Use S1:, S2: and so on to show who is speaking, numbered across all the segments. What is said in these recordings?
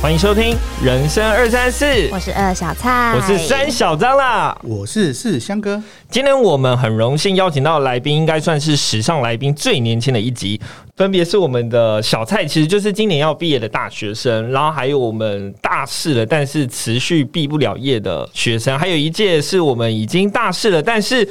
S1: 欢迎收听《人生二三四》，
S2: 我是二小菜，
S1: 我是三小张啦。
S3: 我是是香哥，
S1: 今天我们很荣幸邀请到的来宾，应该算是史上来宾最年轻的一集，分别是我们的小蔡，其实就是今年要毕业的大学生，然后还有我们大四了，但是持续毕不了业的学生，还有一届是我们已经大四了，但是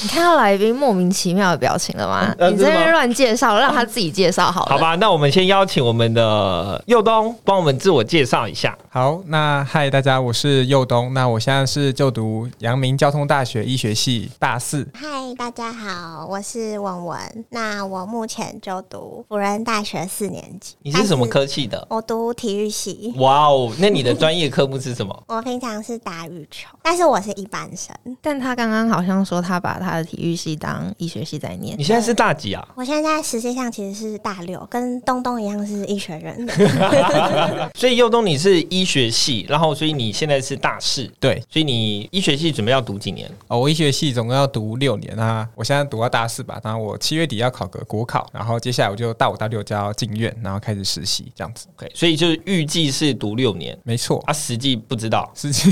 S2: 你看到来宾莫名其妙的表情了吗？
S1: 呃
S2: 你在
S1: 是
S2: 那
S1: 吗
S2: 边乱介绍，让他自己介绍好了。
S1: 好，吧，那我们先邀请我们的佑东帮我们自我介绍一下。
S4: 好，那嗨大家，我是佑东，那我现在是就读阳明交通大学医学系大四。
S5: 嗨，大家好，我是文文。那我目前就读辅仁大学四年级。
S1: 你是什么？科系的？
S5: 我读体育系。
S1: 哇哦，那你的专业科目是什么？
S5: 我平常是打羽球，但是我是一般生。
S2: 但他刚刚好像说他把他的体育系当医学系在念
S1: 你，现在是大几啊？
S5: 我现在实际上其实是大六，跟东东一样是医学 院的。
S1: 所以佑东你是医学系，然后所以你现在是大四，
S4: 对，
S1: 所以你医学系准备要读几年？
S4: 哦，我医学系总共要读六年啊，我现在读到大四吧，然后我七月底要考个国考，然后接下来我就大五到六就要进院，然后开始实习这样子。
S1: OK，所以就是预计是读六年
S4: 没错，
S1: 啊，实际不知道。
S4: 实际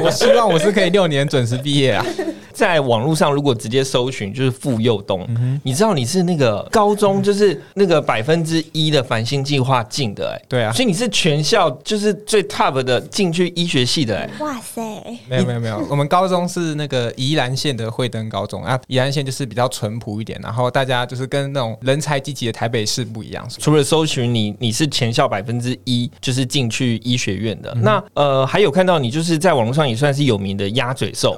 S4: 我希望我是可以六年准时毕业啊。
S1: 在网络上如果直接搜寻就是傅佑东，
S4: 嗯
S1: 你知道你是那个高中就是那个百分之一的繁星计划进的哎、
S4: 对啊
S1: 所以你是全校就是最 top 的进去医学系的哎、
S5: 哇塞！
S4: 没有没有没有，我们高中是那个宜兰县的惠登高中啊，宜兰县就是比较淳朴一点，然后大家就是跟那种人才济济的台北市不一样，
S1: 除了搜寻你，你是全校百分之一，就是进去医学院的。那呃，还有看到你就是在网络上也算是有名的鸭嘴 兽。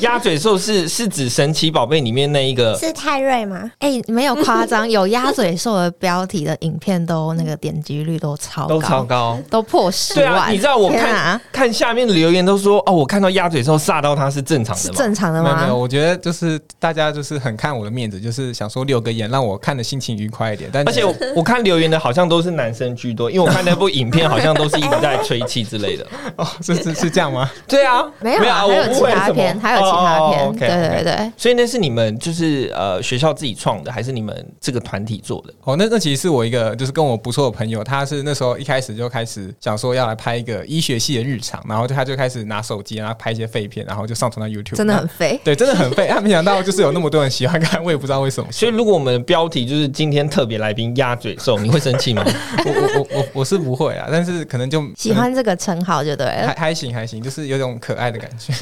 S1: 鸭嘴兽是是指神奇宝贝里面那一个
S5: 是泰瑞吗？
S2: 哎、没有夸张，有鸭嘴兽的标题的影片都那个点击率都超高，
S1: 都超高。
S2: 都破十
S1: 对
S2: 万。
S1: 啊，你知道我
S2: 天
S1: 看、
S2: 啊
S1: 看下面的留言都说哦，我看到鸭嘴兽吓到他是正常
S2: 是
S1: 的嘛？
S2: 正常的
S4: 没有没有，
S2: 吗？
S4: 我觉得就是大家就是很看我的面子，就是想说留个言让我看的心情愉快一点。但
S1: 而且我我看留言的好像都是男生居多，因为我看那部影片好像都是一直在吹气之类的。
S4: 哦，是是是这样吗？
S1: 对啊，
S2: 没有
S1: 啊，
S2: 啊，还有
S1: 我误
S2: 其
S1: 会
S2: 他
S1: 什么
S2: 片，还有其他
S1: 哦
S2: 片，
S1: 哦哦，OK，OK
S2: 对对对。
S1: 所以那是你们就是呃学校自己创的，还是你们这个团体做的？
S4: 哦，那那其实是我一个就是跟我不错的朋友，他是那时候一开始就开始想说要来拍一个医学系的日常，然后就他就开始拿手机啊然后拍一些废片，然后就上传到 YouTube，
S2: 真的很
S1: 嗯
S2: 肥。
S4: 对，真的很废。 啊他没想到就是有那么多人喜欢看，我也不知道为什么。
S1: 所以如果我们的标题就是今天特别来宾鸭嘴兽，你会生气吗？
S4: 我我我我我是不会啊，但是可能就
S2: 喜欢这个称号就对了
S4: 还，还行还行，就是有种可爱的感觉。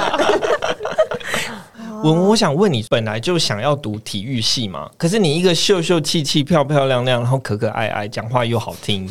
S1: 我我想问你，本来就想要读体育系嘛？可是你一个秀秀气气、漂漂亮亮，然后可可爱爱，讲话又好听，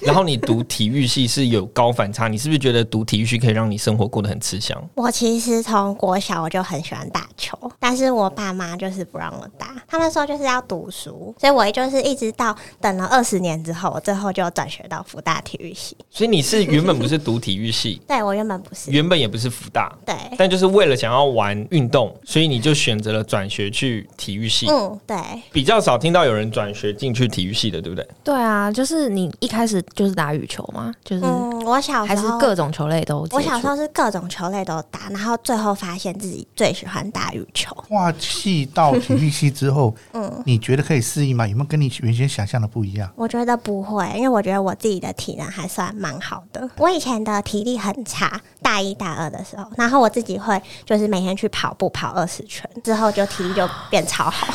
S1: 然后你读体育系是有高反差，你是不是觉得读体育系可以让你生活过得很吃香？
S5: 我其实从国小我就很喜欢打球，但是我爸妈就是不让我打，他们说就是要读书，所以我就是一直到等了二十年之后，我最后就转学到福大体育系。
S1: 所以你是原本不是读体育系，
S5: 对我原本不是，
S1: 原本也不是福大，
S5: 对，
S1: 但就是为了想要玩运动，所以你就选择了转学去体育系。
S5: 嗯，对，
S1: 比较少听到有人转学进去体育系的，对不对？
S2: 对啊，就是你一开始就是打羽球嘛，就是、
S5: 嗯，我小
S2: 还
S5: 时
S2: 是
S5: 候
S2: 各种球类都接
S5: 我小时
S2: 触
S5: 候是各种球类都打，然后最后发现自己最喜欢打羽球。
S3: 跨系到体育系之后，
S5: 嗯，
S3: 你觉得可以适应吗？有没有跟你原先想象的不一样？
S5: 我觉得不会，因为我觉得我自己的体能还算蛮好的。我以前的体力很差，大一大二的时候，然后我自己会就是每天去跑步跑二十圈，之后就体力就变超好。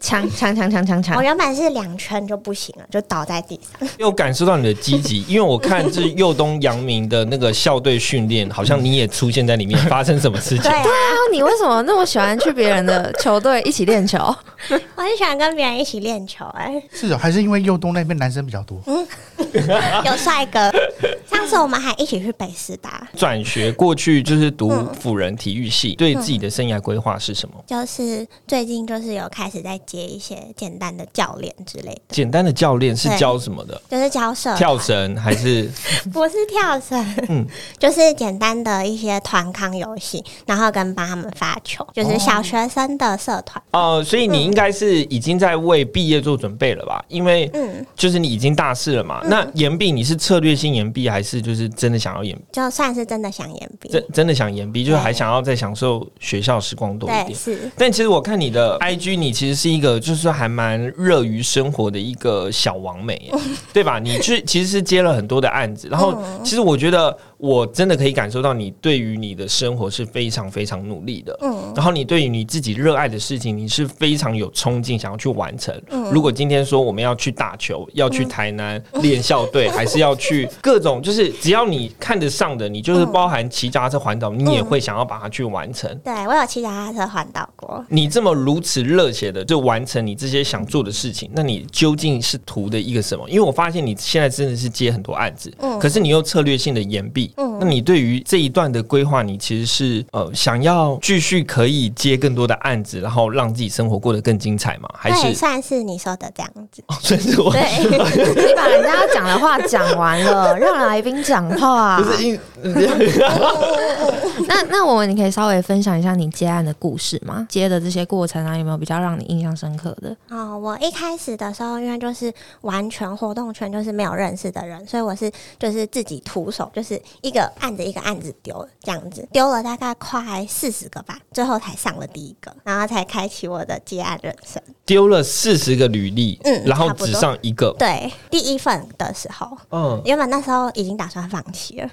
S2: 强强强强强
S5: 我
S2: 强，
S5: 原本是两圈就不行了，就倒在地上。
S1: 又感受到你的积极，因为我看是右东阳明的那个校队训练，好像你也出现在里面，发生什么事情
S5: 对？啊，
S2: 那你为什么那么喜欢去别人的球队一起 练球？
S5: 我很喜欢跟别人一起练球、哎，
S3: 是哦，还是因为右东那边男生比较多？
S5: 有帅 哥。上次我们还一起去北师大，
S1: 转学过去就是读辅仁体育系，对自己的生涯规划是什么？
S5: 嗯就是最近就是有开始在接一些简单的教练之类的，
S1: 简单的教练是教什么的？
S5: 就是教社团
S1: 跳绳还是
S5: 不是跳绳，
S1: 嗯
S5: 就是简单的一些团康游戏，然后跟帮他们发球，就是小学生的社团。
S1: 哦，所以你应该是已经在为毕业做准备了吧？因为
S5: 嗯，
S1: 就是你已经大四了嘛，那那岩壁你是策略性岩壁，还是就是真的想要岩？
S5: 就算是真的想延毕，
S1: 真真的想岩壁，就是还想要再享受学校时光多一
S5: 对
S1: 点。
S5: 是。
S1: 但其实我看你的 IG，你其实是一个就是还蛮热于生活的一个小王美耶，对吧？你去其实是接了很多的案子，然后其实我觉得我真的可以感受到你对于你的生活是非常非常努力的，
S5: 嗯，
S1: 然后你对于你自己热爱的事情，你是非常有冲劲，想要去完成。如果今天说我们要去打球，要去台南练校队，还是要去各种，就是只要你看得上的，你就是包含骑脚踏车环岛，你也会想要把它去完成。
S5: 对我有骑脚踏车环岛过，
S1: 你这么如此热血的就完成你这些想做的事情，那你究竟是图的一个什么？因为我发现你现在真的是接很多案子，
S5: 嗯
S1: 可是你又策略性的延毕，那你对于这一段的规划，你其实是呃想要继续可以接更多的案子，然后让自己生活过得更精彩吗？还
S5: 对，
S1: 是
S5: 算是你说的这样 子。
S1: 哦所以是我
S5: 对，
S2: 你把人家要讲的话讲完了，让来宾讲话。啊
S1: 不 是因
S2: 那那我们你可以稍微分享一下你接案的故事吗？接的这些过程啊，有没有比较让你印象深刻的？
S5: 哦，我一开始的时候，因为就是完全活动圈就是没有认识的人，所以我是就是自己徒手，就是一个案子一个案子丢这样子，丢了大概快四十个吧，最后才上了第一个，然后才开启我的接案人生。
S1: 丢了四十个履历，
S5: 嗯
S1: 然后
S5: 差不
S1: 只
S5: 多
S1: 上一个，
S5: 对，第一份的时候，
S1: 嗯，
S5: 原本那时候已经打算放弃了，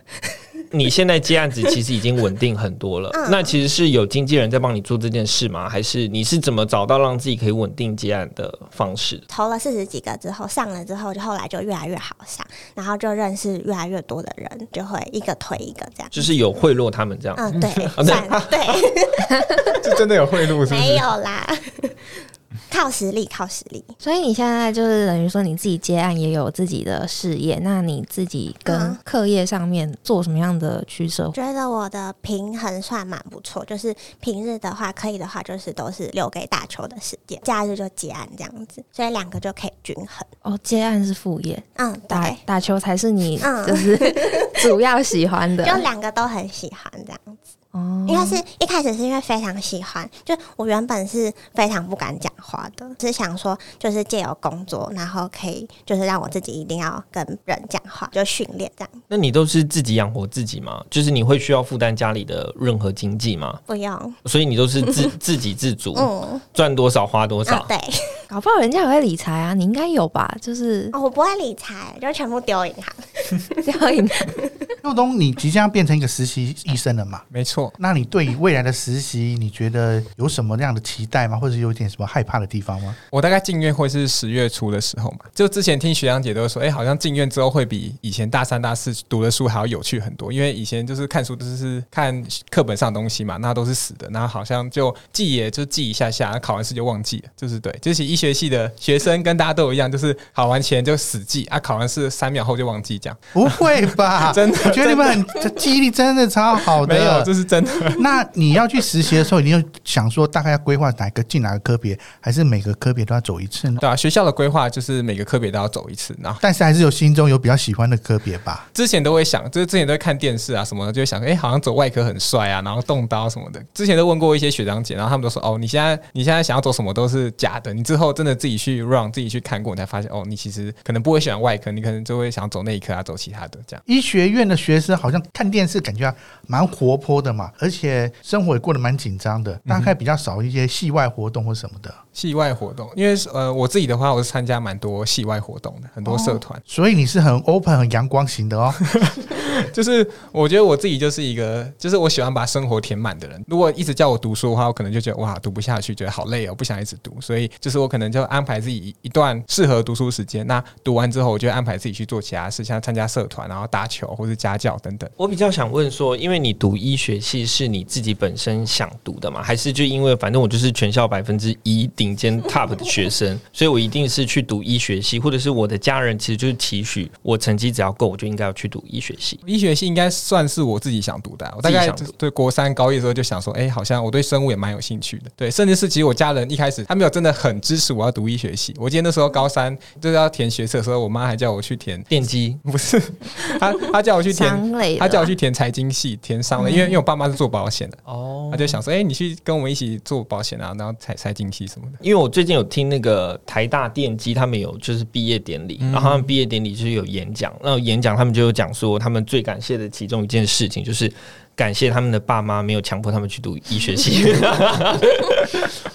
S1: 你现在接案子其实已经稳定很多了，
S5: 嗯
S1: 那其实是有经纪人在帮你做这件事吗？还是你是怎么找到让自己可以稳定接案的方式？
S5: 投了四十几个之后，上了之后，就后来就越来越好上，然后就认识越来越多的人，就会一个推一个这样。
S1: 就是有贿赂他们这样。
S5: 嗯，对，
S1: 对
S5: 算对，
S4: 是真的有贿赂是不
S5: 没
S4: 是？
S5: 有啦， 靠实力，靠实力。
S2: 所以你现在就是等于说你自己接案也有自己的事业，那你自己跟
S5: 嗯
S2: 课业上面做什么样的取舍？
S5: 觉得我的平衡算蛮不错，就是平日的话，可以的话就是都是留给打球的时间，假日就结案这样子，所以两个就可以均衡。
S2: 哦，接案是副业，
S5: 嗯，
S2: 打
S5: 对，
S2: 打球才是你
S5: 嗯
S2: 就是 主要喜欢的
S5: 就两个都很喜欢这样。
S2: 哦
S5: 应该是一开始是因为非常喜欢，就我原本是非常不敢讲话的，只想说就是借由工作，然后可以就是让我自己一定要跟人讲话，就训练这样，
S1: 那你都是自己养活自己吗？就是你会需要负担家里的任何经济吗？
S5: 不用，
S1: 所以你都是 自自给自足，
S5: 嗯，
S1: 赚多少花多
S5: 啊
S1: 少。
S5: 对，
S2: 搞不好人家也会理财啊，你应该有吧？就是
S5: 哦我不会理财，就全部丢银行，
S2: 掉银
S3: 佑东，你即将变成一个实习医生了嘛？
S4: 没错，
S3: 那你对于未来的实习，你觉得有什么样的期待吗？或者有点什么害怕的地方吗？
S4: 我大概进院会是十月初的时候嘛，就之前听学长姐都说，哎、好像进院之后会比以前大三、大四读的书还要有趣很多，因为以前就是看书就是看课本上的东西嘛，那都是死的，那好像就记也就记一下下，考完试就忘记了，就是对，就是医学系的学生跟大家都一样，就是考完前就死记啊，考完试三秒后就忘记这样，
S3: 不会吧？
S4: 真的
S3: 我觉得你们很这记忆力真的超好的。
S4: 没有，这是真的。
S3: 那你要去实习的时候，你有想说大概要规划哪个进哪个科别，还是每个科别都要走一次呢？
S4: 对啊，学校的规划就是每个科别都要走一次，然后
S3: 但是还是有心中有比较喜欢的科别吧。
S4: 之前都会想，就是之前都会看电视啊什么的，就会想，哎、好像走外科很帅啊，然后动刀什么的。之前都问过一些学长姐，然后他们都说，哦，你现在你现在想要走什么都是假的，你之后真的自己去 run，自己去看过，你才发现，哦，你其实可能不会喜欢外科，你可能就会想走内科啊，走其他的这样。
S3: 医学院的学生好像看电视感觉啊蛮活泼的嘛，而且生活也过得蛮紧张的，大概比较少一些系外活动或什么的。
S4: 系外活动，因为呃，我自己的话，我是参加蛮多系外活动的，很多社团。
S3: 所以你是很 open、很阳光型的哦。
S4: 就是我觉得我自己就是一个，就是我喜欢把生活填满的人。如果一直叫我读书的话，我可能就觉得哇，读不下去，觉得好累哦，不想一直读。所以就是我可能就安排自己一一段适合读书时间。那读完之后，我就安排自己去做其他事，像参加社团，然后打球或是家教等等。
S1: 我比较想问说，因为你读医学系是你自己本身想读的吗？还是就因为反正我就是全校百分之一顶尖 top 的学生，所以我一定是去读医学系，或者是我的家人其实就是期许我成绩只要够，我就应该要去读医学系。
S4: 医学系应该算是我自己想读的啊、我大概
S1: 自己想读
S4: 对国三高一的时候就想说，哎、好像我对生物也蛮有兴趣的。对，甚至是其实我家人一开始他没有真的很支持我要读医学系。我记得那时候高三就是要填学测的时候，我妈还叫我去填，
S1: 电机
S4: 不是，她她叫我去填，
S2: 商类的
S4: 她
S2: 啦，
S4: 叫我去填财经系，填商类，因为因为我爸妈是做保险的，
S1: 哦
S4: 她就想说，哎、你去跟我们一起做保险啊，然后财财经系什么的。
S1: 因为我最近有听那个台大电机，他们有就是毕业典礼，然后他们毕业典礼就是有演讲，那演讲他们就有讲说，他们最感谢的其中一件事情就是感谢他们的爸妈没有强迫他们去读医学系。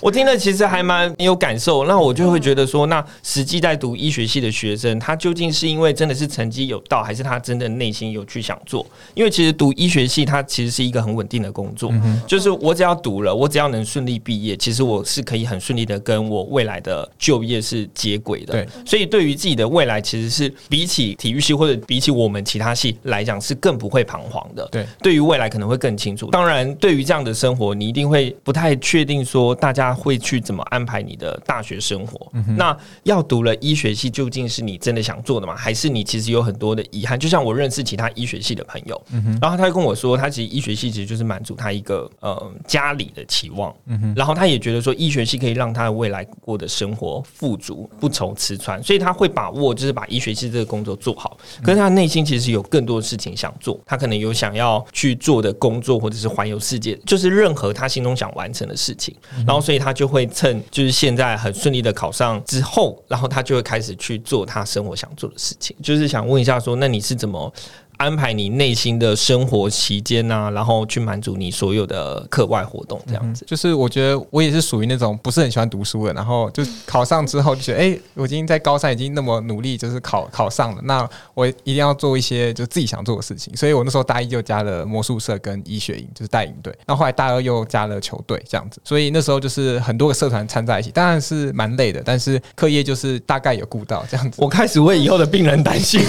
S1: 我听了其实还蛮有感受，那我就会觉得说，那实际在读医学系的学生，他究竟是因为真的是成绩有到，还是他真的内心有去想做？因为其实读医学系，它其实是一个很稳定的工作，就是我只要读了，我只要能顺利毕业，其实我是可以很顺利的跟我未来的就业是接轨的。
S4: 对，
S1: 所以对于自己的未来，其实是比起体育系或者比起我们其他系来讲，是更不会彷徨的。
S4: 对，
S1: 对于未来可能会更清楚。当然，对于这样的生活，你一定会不太确定说大家会去怎么安排你的大学生活。
S4: 嗯
S1: 那要读了医学系，究竟是你真的想做的吗？还是你其实有很多的遗憾？就像我认识其他医学系的朋友，然后他就跟我说，他其实医学系其实就是满足他一个呃家里的期望，然后他也觉得说医学系可以让他的未来过的生活富足，不愁吃穿，所以他会把握就是把医学系这个工作做好。可是他内心其实有更多的事情想做，他可能有想要去做的工作，或者是环游世界，就是任何他心中想完成的事情。然后所以他就会趁就是现在很顺利的考上之后，然后他就会开始去做他生活想做的事情。就是想问一下说，那你是怎么？安排你内心的生活期间呐、然后去满足你所有的课外活动，这样子。
S4: 就是我觉得我也是属于那种不是很喜欢读书的，然后就考上之后就觉得，哎、我已经在高三已经那么努力，就是考考上了，那我一定要做一些就自己想做的事情。所以我那时候大一就加了魔术社跟医学营，就是带营队，然后后来大二又加了球队这样子，所以那时候就是很多个社团掺在一起，当然是蛮累的，但是课业就是大概有顾到这样子。
S1: 我开始为以后的病人担 心，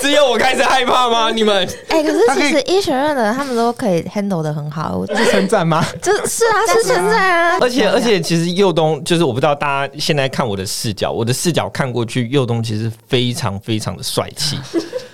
S1: 只有我开始害怕吗？你们
S2: 哎、可是
S3: 他可
S2: 其
S3: 以
S2: 实医学院的他们都可以 handle 的很好，我
S4: 是称赞吗？
S2: 就是啊，是存在啊，
S1: 而 且而且，其实右东就是我不知道大家现在看我的视角，我的视角看过去，右东其实非常非常的帅 气，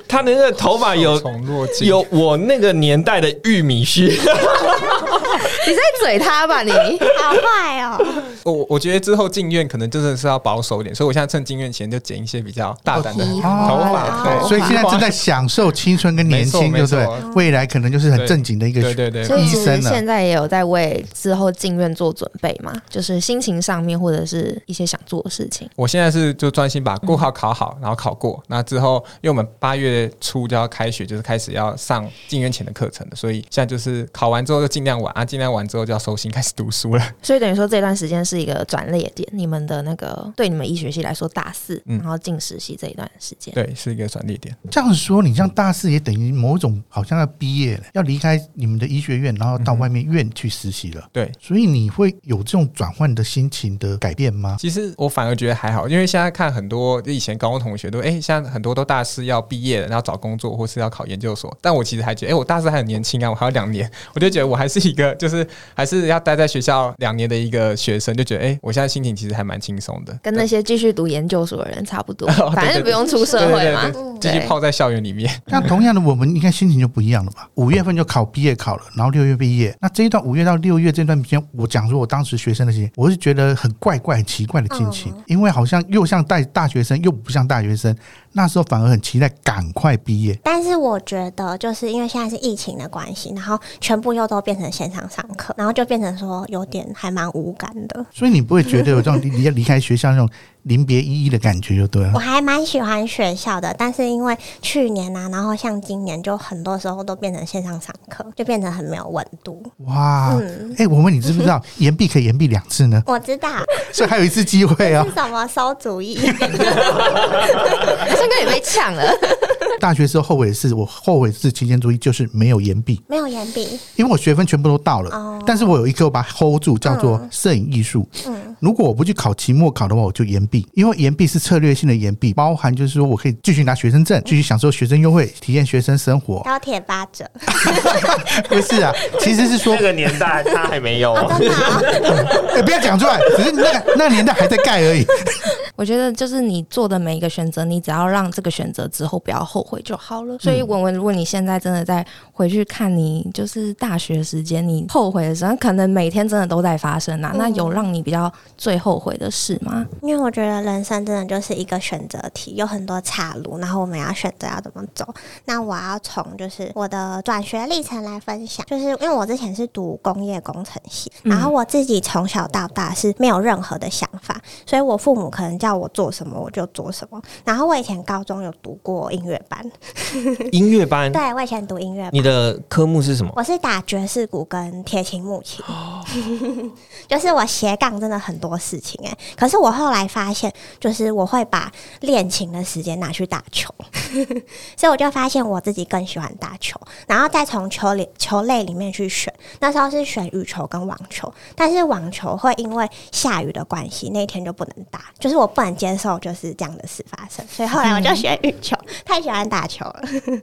S1: 他的那个头发有
S4: 从若镜
S1: 有我那个年代的玉米须，
S2: 你在嘴他吧你？
S5: 好坏哦，
S4: 我我觉得之后进院可能真的是要保守一点，所以我现在趁进院前就剪一些比较大胆的
S2: 哦
S4: 头
S2: 哦
S4: 发， 对
S2: 头发
S3: 所以现在正在享受青春跟年轻，对
S4: 没
S3: 不
S4: 错
S3: 对
S4: 没错？
S3: 未来可能就是很正经的一个
S4: 对对对，
S2: 所以其
S3: 医
S2: 实
S3: 生啊
S2: 现在也有在为之后进院做准备嘛，就是心情上面或者是一些想做的事情。
S4: 我现在是就专心把国考考好，然后考过，那之后因为我们八月初就要开学，就是开始要上进院前的课程了，所以现在就是考完之后就尽量玩啊，尽量玩之后就要收心开始读书了。
S2: 所以等于说这段时间是一个转捩点，你们的那个对你们医学系来说大四，
S4: 嗯
S2: 然后进实习这一段时间，
S4: 对，是一个转捩点。
S3: 这样说，你像大四也等于某种好像要毕业了，要离开你们的医学院，然后
S4: 嗯
S3: 到外面院去实习了。
S4: 对，
S3: 所以你会有这种转换的心情的改变吗？
S4: 其实我反而觉得还好，因为现在看很多就以前高中同学都，哎、现在很多都大四要毕业了，然后找工作或是要考研究所，但我其实还觉得，哎、我大四还很年轻啊，我还有两年，我就觉得我还是一个就是 还是要待在学校两年的一个学生，就觉得，哎、我现在心情其实还蛮轻松的，
S2: 跟那些继续读研究所的人差不多，
S4: 哦对
S2: 反正不用出社
S4: 对
S2: 会
S4: 对
S2: 嘛。嗯
S4: 对，继续泡在校园里面。
S3: 那同样的，我们应该心情就不一样了吧？五月份就考毕业考了，然后六月毕业。那这一段五月到六月这段时间，我讲说我当时学生的心情，我是觉得很怪怪、很奇怪的心情，因为好像又像带大学生，又不像大学生。那时候反而很期待赶快毕业。
S5: 但是我觉得就是因为现在是疫情的关系，然后全部又都变成线上上课，然后就变成说有点还蛮无感的。
S3: 所以你不会觉得有这种离离开学校那种临别依依的感觉就对
S5: 我
S3: 了。
S5: 还蛮喜欢学校的，但是因为去年啊，然后像今年就很多时候都变成线上上课，就变成很没有温度。
S3: 哇，哎、我问你知不知道延毕可以延毕两次呢？
S5: 我知道
S3: 所以还有一次机会哦
S5: 是。什么馊主意，
S2: 森哥也被呛了，
S3: 大学时候后悔的是，我后悔是期间主义，就是没有延毕。
S5: 没有眼笔，
S3: 因为我学分全部都到了，
S5: 哦
S3: 但是我有一科我把它 hold 住，叫做摄影艺术。
S5: 嗯
S3: 如果我不去考期末考的话，我就延毕，因为延毕是策略性的延毕，包含就是说我可以继续拿学生
S5: 嗯
S3: 证，继续享受学生优惠，体验学生生活。
S5: 高铁八折。
S3: 不是啊，其实是 说
S1: 那，个年代他还没有。
S5: 真的啊、
S3: 哎、不要讲出来，只是那个那个年代还在盖而已。
S2: 我觉得就是你做的每一个选择，你只要让这个选择之后不要后悔就好
S4: 嗯
S2: 了。所以文文，如果你现在真的在回去看你就是大学时间你后悔的时候，可能每天真的都在发生
S4: 嗯
S2: 啊。那有让你比较最后悔的事 吗？
S5: 因为我觉得人生真的就是一个选择题，有很多岔路，然后我们要选择要怎么走。那我要从就是我的转学历程来分享，就是因为我之前是读工业工程系，
S2: 嗯
S5: 然后我自己从小到大是没有任何的想法，所以我父母可能叫我做什么我就做什么。然后我以前高中有读过音乐班，
S1: 音乐班，
S5: 对我以前读音乐班。
S1: 你的科目是什么？
S5: 我是打爵士鼓跟铁琴、木琴， 就是我斜杠真的很多事情哎、可是我后来发现，就是我会把练琴的时间拿去打球， 所以我就发现我自己更喜欢打球，然后再从球里球类里面去选。那时候是选羽球跟网球，但是网球会因为下雨的关系，那天就不能打，就是我不能接受就是这样的事发生，所以后来我就选羽球，太喜欢打球了。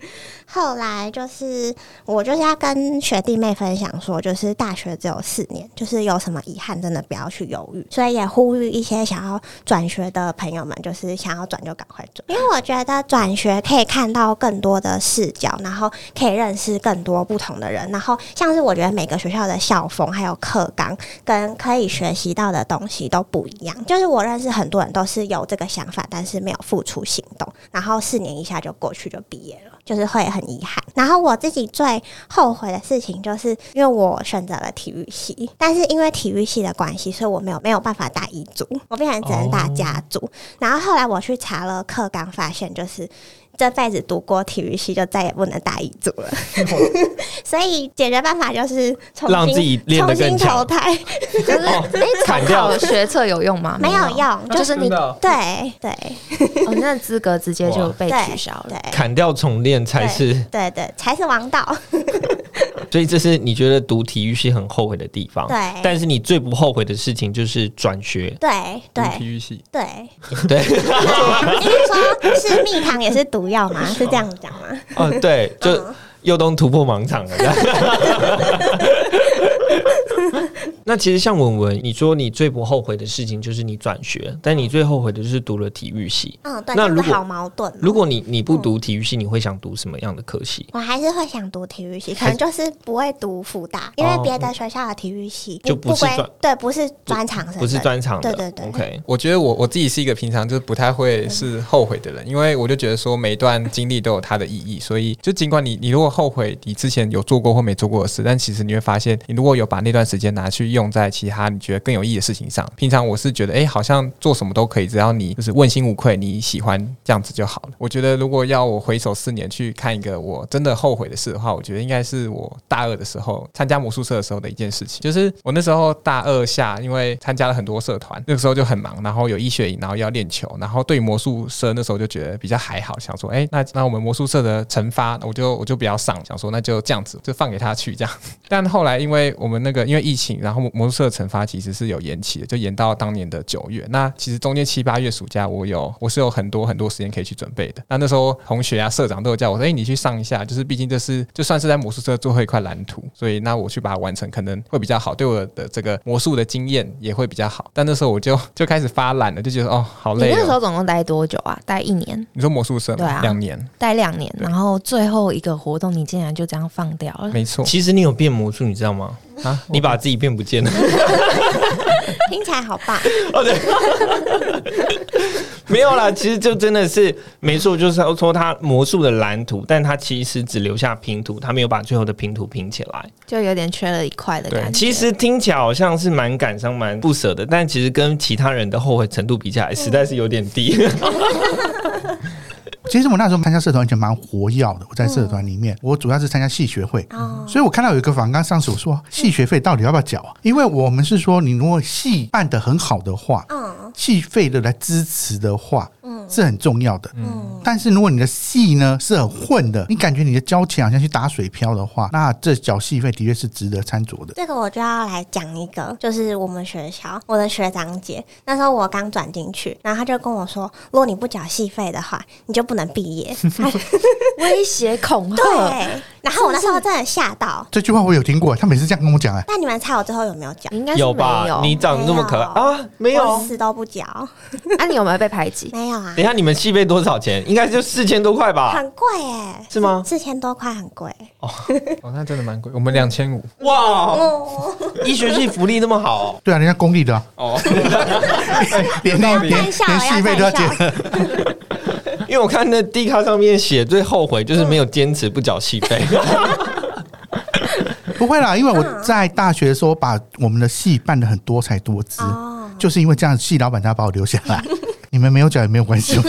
S5: 后来就是我就是要跟学弟妹分享说，就是大学只有四年，就是有什么遗憾，真的不要去犹豫。所以也呼吁一些想要转学的朋友们，就是想要转就赶快转，因为我觉得转学可以看到更多的视角，然后可以认识更多不同的人，然后像是我觉得每个学校的校风还有课纲跟可以学习到的东西都不一样。就是我认识很多人都是有这个想法，但是没有付出行动，然后四年一下就过去就毕业了，就是会很遗憾。然后我自己最后悔的事情，就是因为我选择了体育系，但是因为体育系的关系，所以我没有没有办法打乙组，我变成只能打甲组。然后后来我去查了课纲，发现就是。这辈子读过体育系，就再也不能打乙组 了。所以解决办法就是重新
S1: 让自己练得
S5: 重
S1: 更
S5: 新
S1: 强
S5: 投胎，
S2: 就是
S1: 哦
S2: 哎，
S1: 砍
S2: 重
S1: 掉
S2: 考学测有用吗？
S5: 没有，用，就
S2: 就是是你
S4: 真的哦
S5: 对对
S2: 哦，那资格直接就被
S5: 对
S2: 取消了。
S5: 对
S1: 砍掉重练才是，
S5: 对对，才是王道。
S1: 所以这是你觉得读体育系很后悔的地方。
S5: 对
S1: 但是你最不后悔的事情就是转 学，
S5: 对
S4: 读
S5: 对
S1: 嗯
S4: 体育系，
S5: 对，
S1: 对，
S5: 因为说是蜜糖也是毒药 嘛，是这样讲吗？
S1: 哦，对，就
S5: 嗯
S1: 又东突破盲场了。这样 那其实像文文，你说你最不后悔的事情就是你转学，但你最后悔的就是读了体育系。
S5: 嗯，对，
S1: 那
S5: 这样
S1: 如
S5: 子
S1: 果
S5: 好矛盾哦。
S1: 如果你你不读体育系，你会想读什么样的科系？
S5: 我还是会想读体育系，可能就是不会读复大，因为别的学校的体育系
S1: 哦嗯就不是
S5: 归
S1: 专
S5: 对，不是专长生，
S1: 不是专长的，
S5: 嗯对对对
S1: OK，
S4: 我觉得我我自己是一个平常就是不太会是后悔的人，因为我就觉得说每一段经历都有它的意义，所以就尽管你你如果后悔你之前有做过或没做过的事，但其实你会发现，你如果有把那段时间拿去用在其他你觉得更有意义的事情上，平常我是觉得哎、诶好像做什么都可以，只要你就是问心无愧，你喜欢这样子就好了。我觉得如果要我回首四年去看一个我真的后悔的事的话，我觉得应该是我大二的时候参加魔术社的时候的一件事情，就是我那时候大二下，因为参加了很多社团，那个时候就很忙，然后有医学营，然后要练球，然后对魔术社那时候就觉得比较还好，想说，哎、那那我们魔术社的惩罚，我就我就不要上，想说那就这样子，就放给他去这样。但后来因为我们那个因为疫情，然后魔魔术社的惩罚其实是有延期的，就延到当年的九月。那其实中间七八月暑假，我有我是有很多很多时间可以去准备的。那那时候同学啊、社长都有叫我说：“哎、你去上一下，就是毕竟这是就算是在魔术社最后一块蓝图，所以那我去把它完成可能会比较好，对我的这个魔术的经验也会比较好。”但那时候我就就开始发懒了，就 觉得哦，好
S2: 你
S4: 累、
S2: 那时
S4: 哦。
S2: 候总共待多久啊？待一年，
S4: 你说魔术社吗
S2: 对啊
S4: 两年，
S2: 待两年，然后最后一个活动你竟然就这样放掉了，
S4: 没 错
S1: 其实你有变魔术，你知道 吗？
S4: 啊，
S1: 你把自己变不见了。 哦
S5: 听起来好棒。
S1: 没有啦，其实就真的是没错，就是要说他魔术的蓝图，但他其实只留下拼图，他没有把最后的拼图拼起来。
S2: 就有点缺了一块的感觉。
S1: 其实听起来好像是蛮感伤、蛮不舍的，但其实跟其他人的后悔程度比起来，实在是有点低。
S3: 其实我那时候参加社团以前蛮活跃的，我
S5: 嗯
S3: 在社团里面，我主要是参加系学会，
S5: 哦
S3: 所以我看到有一个访纲，上次我说系学费到底要不要缴啊？因为我们是说，你如果系办得很好的话，
S5: 嗯
S3: 系费的来支持的话，是很重要的。
S5: 嗯，
S3: 但是如果你的戏呢是很混的，你感觉你的交钱好像去打水漂的话，那这缴戏费的确是值得参酌的。
S5: 这个我就要来讲一个，就是我们学校我的学长姐，那时候我刚转进去，然后他就跟我说，如果你不缴戏费的话，你就不能毕业。
S2: 威胁恐
S5: 对
S2: 吓，，
S5: 然后我那时候真的吓到。
S3: 这句话我有听过，他每次这样跟我讲哎、
S5: 但你们猜我最后有没 有缴
S2: 你？应该是
S1: 有
S2: 没
S1: 吧？你长得那么可爱啊，没
S5: 我
S1: 有。
S5: 死都不缴，
S2: 啊，你有没有被排 挤？
S5: 没有啊
S1: 等一，下，你们戏费多少钱？应该就四千多块吧？
S5: 很贵耶，
S1: 啊是吗
S5: 四千多块很贵。
S4: 哦，那真的蛮贵，我们两千五，
S1: 哇，
S5: 哦，
S1: 医学系福利那么 好
S3: 对啊，人家公立的、啊，
S1: 哦，
S3: 连哎连连
S5: 看一下
S3: 连戏费都要
S5: 我要
S3: 减，
S1: 因为我看那 D 卡上面写最后悔就是没有坚持不缴戏费。
S3: 不会啦，
S5: 嗯
S3: 因为我在大学的时候把我们的戏办得很多才多姿，
S5: 哦
S3: 就是因为这样戏老板才把我留下来。 你们没有缴也没有关 系，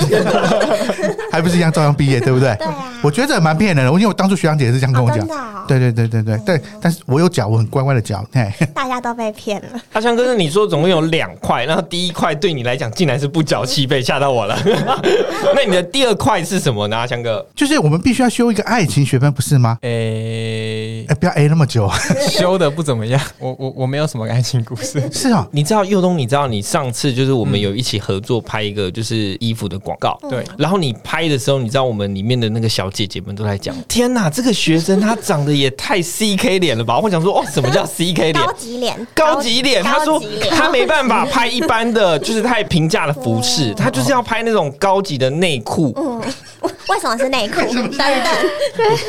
S3: 还不是一样照样毕业，对不对？
S5: 对啊
S3: 我觉得蛮骗人的，因为我当初学长姐也是这样跟我
S5: 哦
S3: 讲。
S5: 真的嗯哦
S3: 对对对对对，但但是我有缴，我很乖乖的缴。嘿，
S5: 大家都被骗了。
S1: 阿强哥，那你说总共有两块，然后第一块对你来讲竟然是不缴戏费，吓到我了。 那你的第二块是什么呢？阿强哥，
S3: 就是我们必须要修一个爱情学分，不是吗？
S4: 诶、
S3: 哎、不要 A 那么久，
S4: 修的不怎么样， 我我我没有什么爱情故 事。
S3: 是啊、
S1: 你知道佑东，你知道你上次就是我们有一起合作拍一个就是衣服的广告，
S5: 嗯
S4: 对，
S1: 然后你拍的时候，你知道我们里面的那个小姐姐们都在讲，天哪，这个学生她长得也太 CK 脸了吧！我想说，哦，什么叫 CK 脸
S5: 高？级脸，
S1: 高级脸，他
S5: 高
S1: 说
S5: 级脸
S1: 他没办法拍一般的，就是太平价的服
S5: 嗯
S1: 饰，他就是要拍那种高级的内裤，
S5: 为什么是内裤？等等，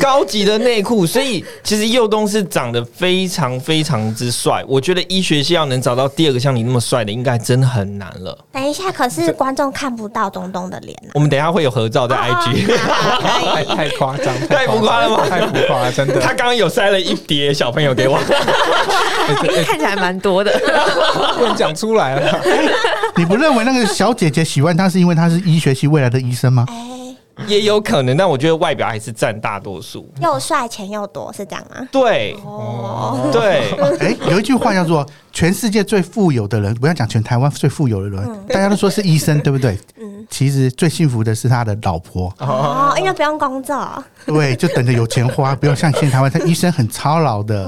S1: 高级的内裤。所以其实佑东是长得非常非常之帅，我觉得医学系要能找到第二个像你那么帅的，应该真的很难了。
S5: 等一下，可是观众看不到东东的脸啊。
S1: 我们等一下会有合照在 IG。
S4: 太 太夸张，
S1: 太浮夸了吗
S4: 太浮夸了，真的。
S1: 他刚刚有塞了一叠小朋友给 我，
S2: 看起来蛮多的，
S4: 不能讲出来 了，
S3: 你不认为那个小姐姐喜欢他是因为他是医学系未来的医生吗？
S5: 哎，
S1: 也有可能，但我觉得外表还是占大多数。
S5: 又帅钱又多，是这样吗？
S1: 对，对，
S3: 哎、有一句话叫做“全世界最富有的人”，不要讲全台湾最富有的人，大家都说是医生，对不对？其实最幸福的是他的老婆，
S5: 哦，因为不用工作，
S3: 对，就等着有钱花，不要像现在台湾，他医生很操劳的。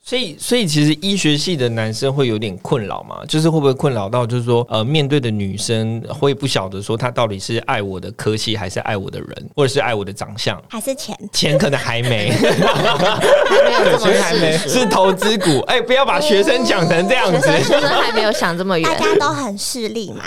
S1: 所以所以其实医学系的男生会有点困扰嘛，就是会不会困扰到就是说呃面对的女生会不晓得说她到底是爱我的科系还是爱我的人，或者是爱我的长相。
S5: 还是钱？
S1: 钱可能还 没
S2: 还没有这么
S4: 学生还没
S2: 事实。
S1: 是哦投资股，哎、不要把学生讲成这样
S2: 学
S1: 子
S2: 生，学生还没有想这么
S5: 大
S2: 远，
S5: 家都很势利嘛。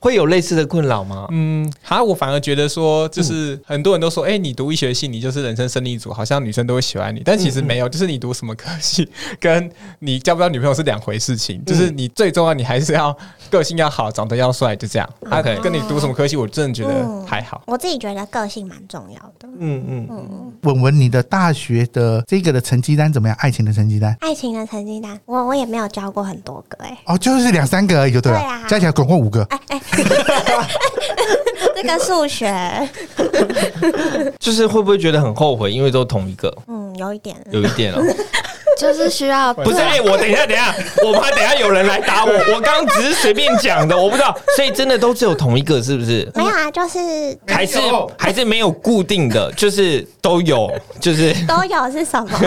S1: 会有类似的困扰吗？
S4: 嗯，哈，我反而觉得说，就是很多人都说，哎、你读医学系，你就是人生胜利组，好像女生都会喜欢你，但其实没有，就是你读什么科系，跟你交不交女朋友是两回事情，就是你最重要，你还是要个性要好，长得要帅，就这样。啊
S1: OK
S4: 跟你读什么科系，我真的觉
S5: 嗯
S4: 得还好。
S5: 我自己觉得个性蛮重要的。
S1: 嗯嗯嗯，
S3: 文文，你的大学的这个的成绩单怎么样？爱情的成绩单？
S5: 爱情的成绩单，我我也没有交过很多个哎、
S3: 哦，就是两三个而已，就对了，
S5: 对啊
S3: 加起来总共五个。
S5: 这个数学，
S1: 就是会不会觉得很后悔，因为都同一个，
S5: 嗯，有一点。
S1: 有一点哦、
S2: 就是需要
S1: 不是，哎、我等一下，等一下，我怕等一下有人来 打我。我刚刚只是随便讲的，我不知道，所以真的都只有同一个，是不是？
S5: 没有啊，就是
S1: 还是
S3: 没有
S1: 还是没有固定的，就是都有，就是
S5: 都有是什么？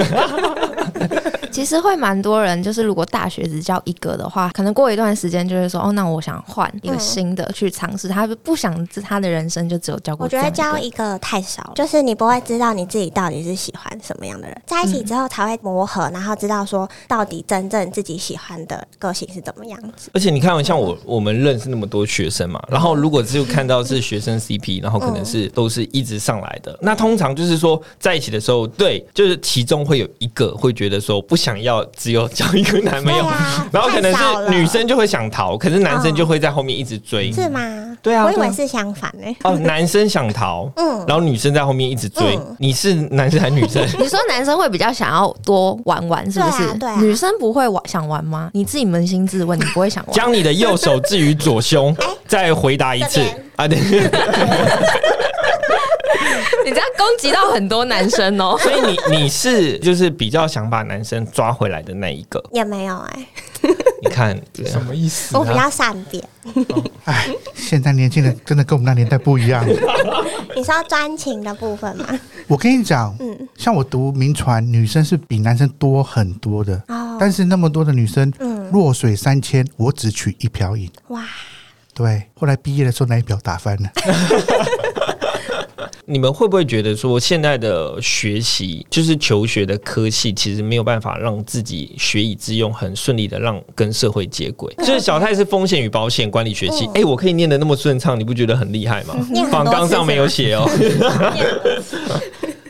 S2: 其实会蛮多人，就是如果大学只交一个的话，可能过一段时间就会说，哦，那我想换一个新的去尝试。他不想他的人生就只有交过
S5: 我
S2: 这
S5: 觉
S2: 样
S5: 得
S2: 一个，
S5: 交一个太少了，就是你不会知道你自己到底是喜欢什么样的人，在一起
S1: 嗯
S5: 之后才会磨合，然后知道说到底真正自己喜欢的个性是怎么样子。
S1: 而且你看，像我我们认识那么多学生嘛，然后如果只有看到是学生 CP，然后可能是都是一直上来的，那通常就是说在一起的时候，对，就是其中会有一个会觉得说不想要只有交一个男朋友
S5: 对啊，
S1: 然后可能
S5: 太少
S1: 是
S5: 了
S1: 女生就会想逃，可是男生
S5: 嗯
S1: 就会在后面一直追，
S5: 是吗？
S1: 对啊
S5: 我以
S1: 对
S5: 为
S1: 啊
S5: 是相反呢、
S1: 哦，男生想逃，
S5: 嗯
S1: 然后女生在后面一直追。
S5: 嗯
S1: 你是男生还是女 生？
S2: 你说男生会比较想要多玩玩，是不是？
S5: 对啊对啊
S2: 女生不会玩想玩吗？你自己扪心自问，你不会想玩？
S1: 将你的右手置于左 胸，
S5: 嗯
S1: 再回答一次
S5: 这边
S1: 啊！对， 。
S2: 你这样攻击到很多男生哦
S1: 所以你你是就是比较想把男生抓回来的那一个，
S5: 也没有哎、
S1: 你看，对
S4: 什么意思、啊？
S5: 哦我比较善变。
S3: 哎，现在年轻人真的跟我们那年代不一样。
S5: 你说专情的部 分吗？
S3: 我跟你讲，
S5: 嗯
S3: 像我读民传，女生是比男生多很多的，
S5: 哦，
S3: 但是那么多的女生，
S5: 嗯，
S3: 弱水三千，我只取一瓢饮。
S5: 哇，
S3: 对，后来毕业的时候那一瓢打翻了。
S1: 你们会不会觉得说，现在的学习就是求学的科系，其实没有办法让自己学以致用，很顺利的让跟社会接轨？
S5: 嗯
S1: 就是小泰是风险与保险管理学系，哎、我可以念的那么顺畅，你不觉得很厉害吗？
S5: 念很
S1: 仿
S5: 多
S1: 纲
S5: 次
S1: 上没有
S5: 是
S1: 写哦。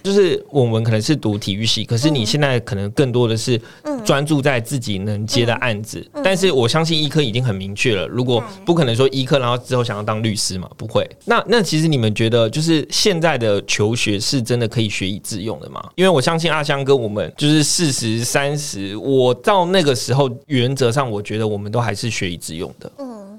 S1: 就是我们可能是读体育系，可是你现在可能更多的是专注在自己能接的案子。但是我相信医科已经很明确了，如果不可能说医科，然后之后想要当律师嘛，不会。那那其实你们觉得，就是现在的求学是真的可以学以致用的吗？因为我相信阿香跟我们就是四十三十，我到那个时候，原则上我觉得我们都还是学以致用的。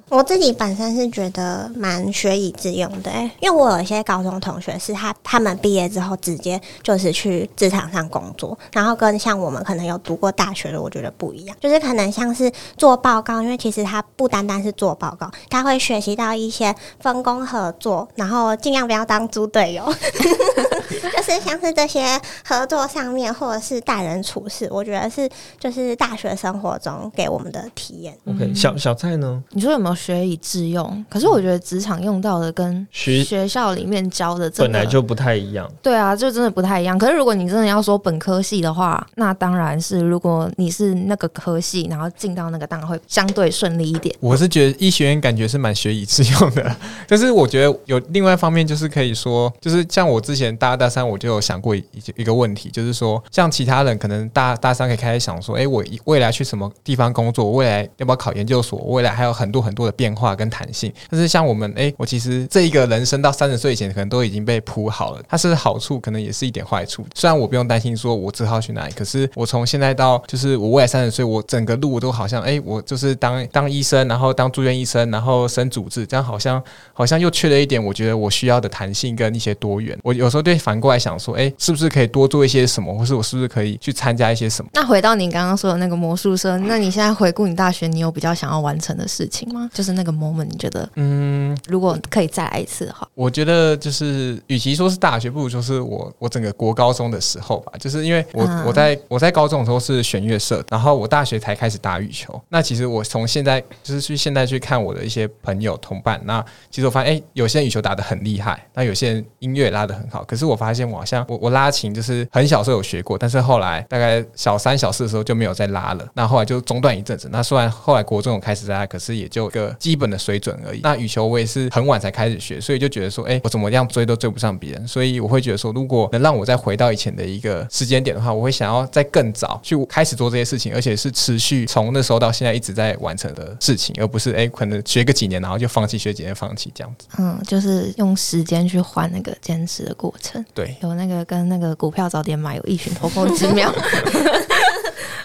S5: 我自己本身是觉得蛮学以致用的、欸，因为我有一些高中同学是他他们毕业之后直接就是去职场上工作，然后跟像我们可能有读过大学的，我觉得不一样，就是可能像是做报告，因为其实他不单单是做报告，他会学习到一些分工合作，然后尽量不要当猪队友， 就是像是这些合作上面或者是待人处事，我觉得是就是大学生活中给我们的体验。
S1: OK，小小蔡呢？
S2: 你说有没有学以致用？可是我觉得职场用到的跟
S1: 学
S2: 学校里面教的真
S1: 本
S2: 的
S1: 来就不太一样。
S2: 对啊，就真的不太一样。可是如果你真的要说本科系的话，那当然是如果你是那个科系，然后进到那个，当然会相对顺利一点。
S4: 我是觉得医学院感觉是蛮学以致用的，就是我觉得有另外一方面就是可以说，就是像我之前大二大三我就有想过一一个问题，就是说像其他人可能大大三可以开始想说，哎、我以未来去什么地方工作，我未来要不要考研究所，我未来还有很多很多的变化跟弹性。但是像我们，哎、我其实这一个人生到三十岁以前可能都已经被铺好了，它是好处，可能也是一点坏处。虽然我不用担心说我之后去哪里，可是我从现在到就是我未来三十岁，我整个路都好像，哎、我就是当当医生，然后当住院医生，然后升主治，这样好像好像又缺了一点，我觉得我需要的弹性跟一些多元。我有时候对反过来想说，哎、是不是可以多做一些什么，或是我是不是可以去参加一些什么？
S2: 那回到你刚刚说的那个魔术社，那你现在回顾你大学，你有比较想要完成的事情吗？就是那个 moment，你觉得，嗯，如果可以再来一次的话，
S4: 我觉得就是，与其说是大学，不如说是我我整个国高中的时候吧，就是因为我、
S2: 嗯
S4: 我在我在高中的时候是弦乐社，然后我大学才开始打羽球。那其实我从现在就是去现在去看我的一些朋友同伴，那其实我发现，哎、有些人羽球打得很厉害，那有些人音乐也拉得很好，可是我发现我好像我我拉琴就是很小时候有学过，但是后来大概小三小四的时候就没有再拉了，那后来就中断一阵子。那虽然后来国中有开始拉，可是也就一个基本的水准而已。那羽球我也是很晚才开始学，所以就觉得说，哎、我怎么样追都追不上别人，所以我会觉得说，如果能让我再回到以前的一个时间点的话，我会想要再更早去开始做这些事情，而且是持续从那时候到现在一直在完成的事情，而不是哎、可能学个几年然后就放弃，学几年放弃这样子。
S2: 嗯，就是用时间去换那个坚持的过程，
S4: 对，
S2: 有那个跟那个股票早点买有异曲同工之妙。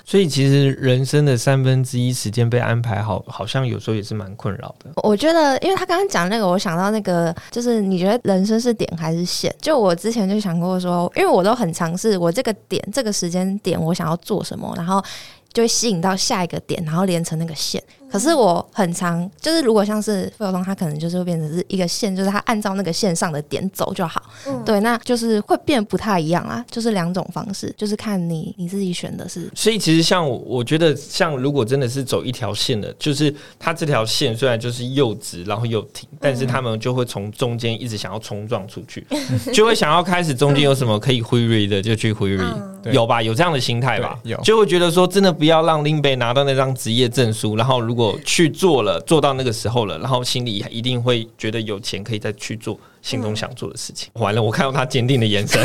S1: 所以其实人生的三分之一时间被安排好，好像有时候也是蛮困扰的。
S2: 我觉得，因为他刚刚讲那个，我想到那个，就是你觉得人生是点还是线？就我之前就想过说，因为我都很尝试，我这个点、这个时间点，我想要做什么，然后就会吸引到下一个点，然后连成那个线。可是我很常就是，如果像是费友东，他可能就是会变成是一个线，就是他按照那个线上的点走就好。
S5: 嗯
S2: 对，那就是会变不太一样啊，就是两种方式，就是看你你自己选的是
S1: 所以其实像我，我觉得像如果真的是走一条线的，就是它这条线虽然就是又直然后又挺，但是他们就会从中间一直想要冲撞出去，就会想要开始中间有什么可以挥瑞的就去挥瑞，
S4: 对
S1: 有吧？有这样的心态吧？
S4: 对有
S1: 就会觉得说真的不要让林北拿到那张职业证书，然后如果去做了，做到那个时候了，然后心里一定会觉得有钱可以再去做心中想做的事情。完了，我看到他坚定的眼神。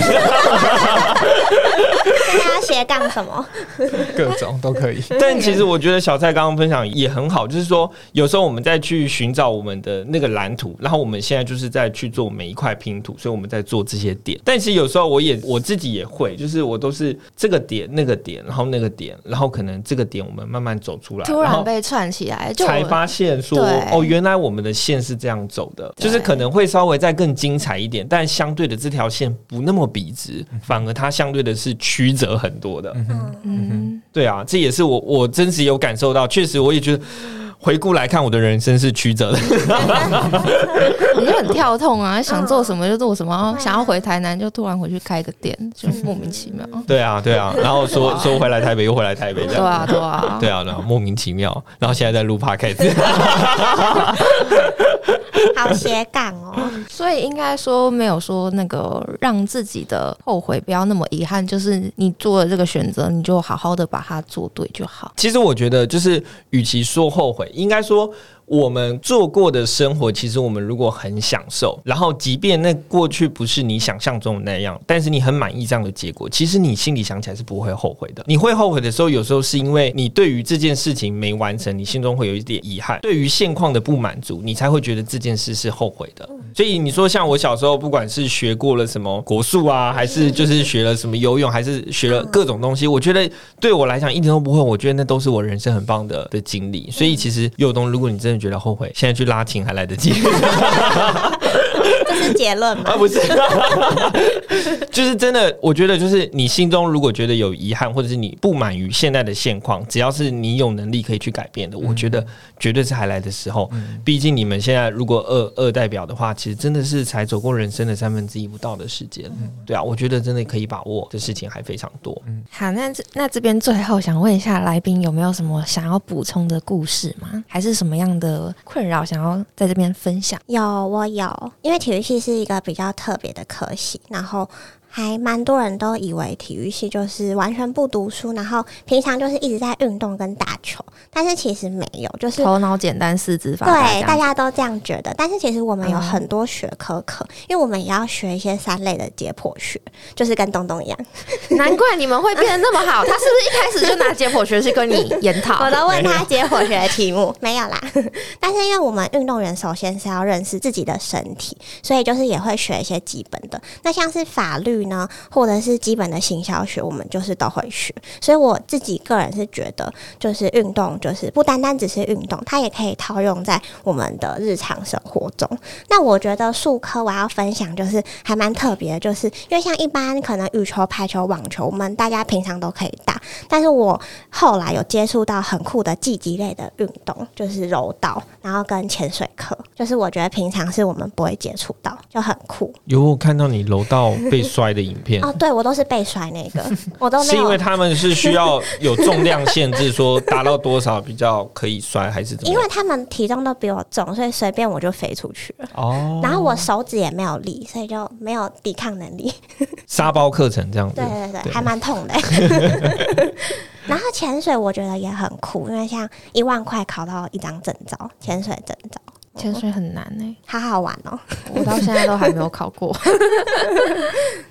S5: 大家斜杠什么？
S4: 各种都 可以。
S1: 但其实我觉得小蔡刚刚分享也很好，就是说有时候我们在去寻找我们的那个蓝图，然后我们现在就是在去做每一块拼图，所以我们在做这些点。但其实有时候我也我自己也会，就是我都是这个点那个点，然后那个点，然后可能这个点我们慢慢走出来，
S2: 突
S1: 然
S2: 然
S1: 后
S2: 被串起来，就
S1: 才
S2: 我
S1: 发现说，
S2: 对
S1: 哦，原来我们的线是这样走的，
S2: 对
S1: 就是可能会稍微再更精彩一点，但相对的这条线不那么笔直，反而它相对对的是曲折很多的。
S2: 嗯，
S1: 对啊，这也是我我真实有感受到，确实我也觉得。回顾来看，我的人生是曲折的。
S2: 你就很跳痛啊，想做什么就做什么，然后想要回台南就突然回去开个店， 就莫名其妙。
S1: 对啊，对啊，然后说 说回来台北，又回来台北这
S2: 对
S1: 样。
S2: 啊，对啊，
S1: 对啊，然后莫名其妙，然后现在在录 podcast。
S5: 好斜杠哦，
S2: 所以应该说没有说那个让自己的后悔不要那么遗憾，就是你做了这个选择，你就好好的把它做对就好。
S1: 其实我觉得，就是与其说后悔，应该说我们做过的生活，其实我们如果很享受，然后即便那过去不是你想象中的那样，但是你很满意这样的结果，其实你心里想起来是不会后悔的。你会后悔的时候，有时候是因为你对于这件事情没完成，你心中会有一点遗憾，对于现况的不满足，你才会觉得这件事是后悔的。所以你说，像我小时候，不管是学过了什么国术啊，还是就是学了什么游泳，还是学了各种东西，我觉得对我来讲一点都不会，我觉得那都是我人生很棒的的经历。所以其实有东，如果你真的觉得后悔，现在去拉琴还来得及
S5: 这是结论吗？
S1: 啊，不是，就是真的，我觉得就是你心中如果觉得有遗憾，或者是你不满于现在的现况，只要是你有能力可以去改变的，我觉得绝对是还来的时候。毕竟你们现在如果二二代表的话，其实真的是才走过人生的三分之一不到的时间，对啊，我觉得真的可以把握的事情还非常多。
S2: 嗯好，那这那这边最后想问一下来宾有没有什么想要补充的故事吗？还是什么样的困扰想要在这边分享？
S5: 有，我有，因为体育系是一个比较特别的科系，然后还蛮多人都以为体育系就是完全不读书，然后平常就是一直在运动跟打球，但是其实没有，就是
S2: 头脑简单，四肢发达这
S5: 对
S2: 样。
S5: 大家都嗯这样觉得。但是其实我们有
S2: 嗯
S5: 很多学科课，因为我们也要学一些三类的解剖学，就是跟东东一样，
S2: 难怪你们会变得那么好。他是不是一开始就拿解剖学去跟你研讨
S5: 我？都问他解剖学的题目， 没有啦。但是因为我们运动员首先是要认识自己的身体，所以就是也会学一些基本的。那像是法律呢，或者是基本的行销学，我们就是都会学。所以我自己个人是觉得，就是运动就是不单单只是运动，它也可以套用在我们的日常生活中。那我觉得数科我要分享就是还蛮特别的，就是因为像一般可能羽球、排球、网球，我们大家平常都可以打，但是我后来有接触到很酷的技击类的运动，就是柔道，然后跟潜水课，就是我觉得平常是我们不会接触到，就很酷。
S1: 有我看到你楼道被摔的影 片
S5: 哦，对我都是被摔那 个，我都没
S1: 是因为
S5: 有。
S1: 他们是需要有重量限制，说达到多少比较可以摔，还是怎么
S5: 因
S1: 样？
S5: 为他们体重都比我重，所以随便我就飞出去了。
S1: 哦
S5: 然后我手指也没有力，所以就没有抵抗能力。
S1: 沙包课程这样子，
S5: 对对对，
S1: 嗯对
S5: 还蛮 痛的。然后潜水我觉得也很酷，因为像一万块考到一张证照，潜水证照，
S2: 潜水很难呢、
S5: 好好玩哦。
S2: 我到现在都还没有考过。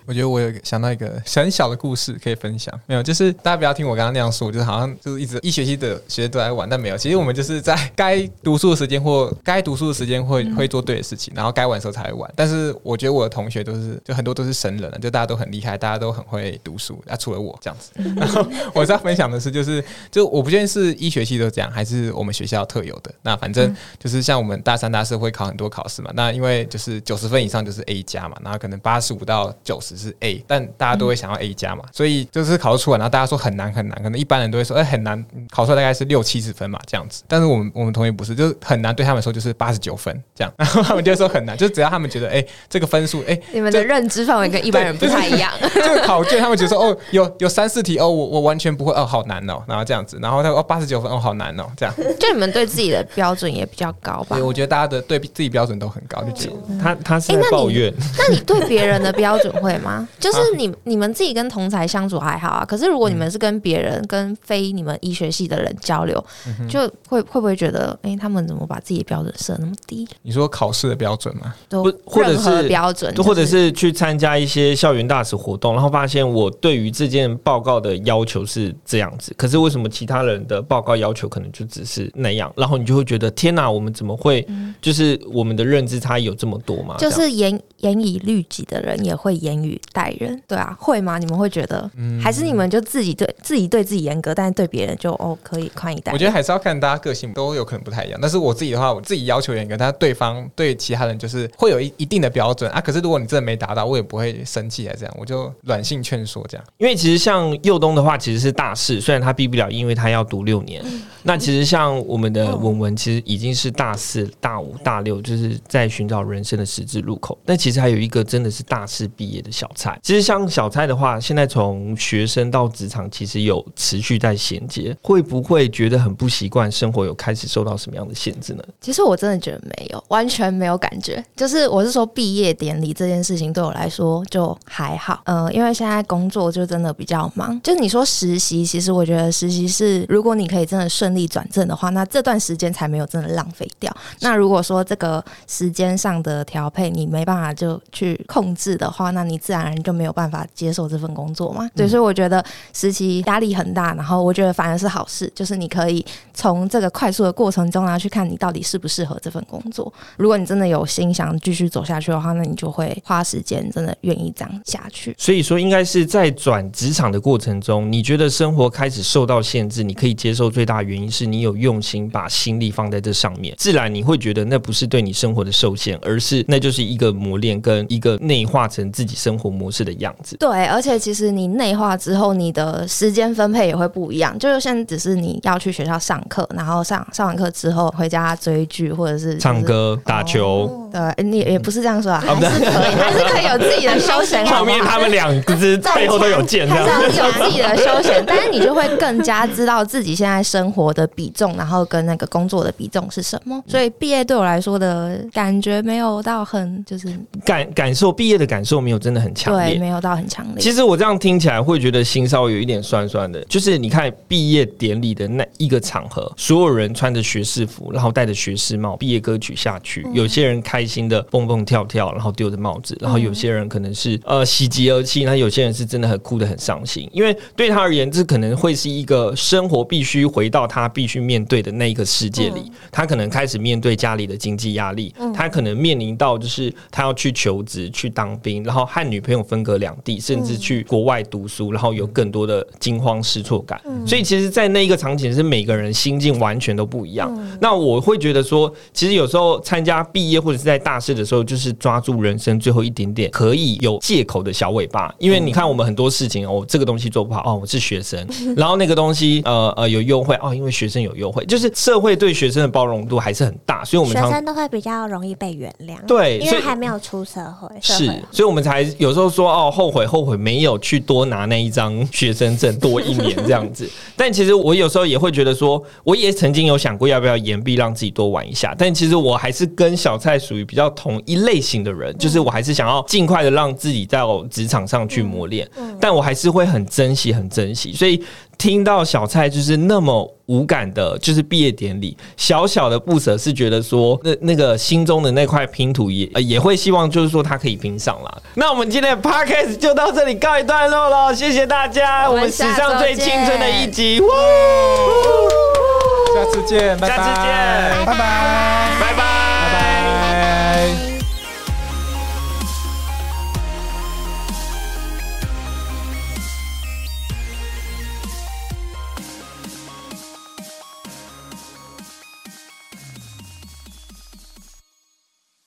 S4: 我觉得我有想到一个很小的故事可以分享，没有，就是大家不要听我刚刚那样说，就是好像就是一直一学期的学生都在玩，但没有，其实我们就是在该读书的时间或该读书的时间会会做对的事情，然后该玩的时候才会玩。但是我觉得我的同学都是就很多都是神人了，啊就大家都很厉害，大家都很会读书，啊，除了我这样子。 然后我是要分享的是，就是就我不确定是一学期都这样，还是我们学校特有的。那反正就是像我们大三、大四会考很多考试嘛，那因为就是九十分以上就是 A 加嘛，然后可能八十五到九十是 A，但大家都会想要 A 加嘛，所以就是考得出来，然后大家说很难很难，可能一般人都会说哎、很难，嗯考出来大概是六七十分嘛这样子，但是我们我们同学不是，就是很难对他们说就是八十九分这样，然 后他们就说很难，就只要他们觉得哎、这个分数哎、
S2: 你们的
S4: 这
S2: 认知范围跟一般人不太一样。
S4: 这个考卷他们觉得说哦，有有三四题哦，我我完全不会哦，好难哦，然后这样子，然后他说哦八十九分哦，好难哦，这样，
S2: 就你们对自己的标准也比较高吧
S4: 所以？我觉得大家的对自己标准都很高，就觉得
S1: 他他是
S2: 诶
S1: 在
S2: 那你
S1: 抱怨，
S2: 那你对别人的标准会 吗？就是你你们自己跟同才相处还好啊，可是如果你们是跟别人、跟非你们医学系的人交流，
S1: 嗯
S2: 就会会不会觉得，哎、他们怎么把自己的标准设那么低？
S4: 你说考试的标准嘛，
S2: 都
S1: 不或者
S2: 任何
S1: 是
S2: 标准，
S1: 或者
S2: 就是
S1: 去参加一些校园大使活动，然后发现我对于这件报告的要求是这样子，可是为什么其他人的报告要求可能就只是那样？嗯然后你就会觉得天哪，我们怎么会就是我们的认知差异有这么多嘛？
S2: 就
S1: 这样
S2: 是严严以律己的人也会严以待人，对啊，会吗？你们会觉得，
S1: 嗯
S2: 还是你们就自己对自己对自己严格，但是对别人就哦可以宽以待
S4: 我
S2: 人？
S4: 觉得还是要看大家个性，都有可能不太一样。但是我自己的话，我自己要求严格，但对方对其他人就是会有一一定的标准啊。可是如果你真的没达到，我也不会生气啊还是这样，我就软性劝说这样。
S1: 因为其实像佑东的话，其实是大四，虽然他毕不了业，因为他要读六年。那其实像我们的文文，其实已经是大四、大五、大六，就是在寻找人生的十字路口。但其实还有一个真的是大四毕业的小蔡。其实像小蔡的话，现在从学生到职场，其实有持续在衔接，会不会觉得很不习惯？生活有开始受到什么样的限制呢？
S2: 其实我真的觉得没有，完全没有感觉。就是我是说毕业典礼这件事情对我来说就还好，呃，因为现在工作就真的比较忙。就是你说实习，其实我觉得实习是如果你可以真的顺利转正的话，那这段时间才没有真的浪费掉。那如果说这个时间上的调配你没办法就去控制的话，那你自然而然就没有办法接受这份工作嘛。对，所以我觉得实习压力很大，然后我觉得反而是好事，就是你可以从这个快速的过程中，然后啊去看你到底适不适合这份工作。如果你真的有心想继续走下去的话，那你就会花时间，真的愿意这样下去。
S1: 所以说，应该是在转职场的过程中，你觉得生活开始受到限制，你可以接受最大原因是你有用心把心力放在这上面，自然你会觉得那不是对你生活的受限，而是那就是一个磨练跟一个内化成自己生活模式的样子。
S2: 对，而且其实你内化之后，你的时间分配也会不一样。就是现在只是你要去学校上课，然后上上完课之后回家追剧或者是、
S1: 唱。歌、打球，
S2: 对，你也不是这样说啊，还是可以，还是可以有自己的休闲。
S1: 后
S2: 好不
S1: 面
S2: 好
S1: 他们两只背后都有剑，这
S2: 还
S1: 样
S2: 是要有自 己的休闲，但是你就会更加知道自己现在生活的比重，然后跟那个工作的比重是什么。所以毕业对我来说的感觉没有到很就是
S1: 感感受毕业的感受没有真的很强烈
S2: 对，。没有到很强烈。
S1: 其实我这样听起来会觉得心稍微有一点酸酸的，就是你看毕业典礼的那一个场合，所有人穿着学士服，然后戴着学士帽，毕业歌曲下去，有些人开心的蹦蹦跳跳，然后丢着帽子，然后有些人可能是呃喜极而泣，那有些人是真的很哭得很伤心，因为对他而言，这可能会是一个生活必须回到他必须面对的那一个世界里，他可能开始面对家里的经济压力，他可能面临到就是他要去求职、去当兵，然后和女朋友分隔两地，甚至去国外读书，然后有更多的惊慌失措感。所以其实，在那一个场景是每个人心境完全都不一样。那我会觉得说，其实有时候参加毕业或者是在大四的时候，就是抓住人生最后一点点可以有借口的小尾巴，因为你看我们很多事情哦，这个东西做不好哦，我是学 生，然后那个东西呃呃有优惠哦，因为学生有优惠，就是社会对学生的包容度还是很大，所以我们
S5: 学
S1: 常
S5: 生都会比较容易被原谅，
S1: 对
S5: 因
S1: 所
S5: 为
S1: 以
S5: 还没有出社会，社
S1: 是
S5: 会，
S1: 所以我们才有时候说哦，后悔后悔没有去多拿那一张学生证多一年这样 子。但其实我有时候也会觉得说，我也曾经有想过要不要延毕，让自己多玩一下。但其实我还是跟小蔡属于比较同一类型的人，就是我还是想要尽快的让自己在职场上去磨练，
S5: 嗯
S1: 但我还是会很珍惜，很珍惜。所以听到小蔡就是那么无感的，就是毕业典礼，小小的不舍是觉得说，那那个心中的那块拼图也、呃也会希望，就是说他可以拼上啦。那我们今天的 podcast 就到这里告一段落了，谢谢大家，我
S2: 我们
S1: 们史
S2: 下
S1: 上
S2: 周
S1: 最青春的
S2: 见
S1: 一集，哇！
S4: 下次见，拜拜，
S1: 下次见
S5: 拜拜。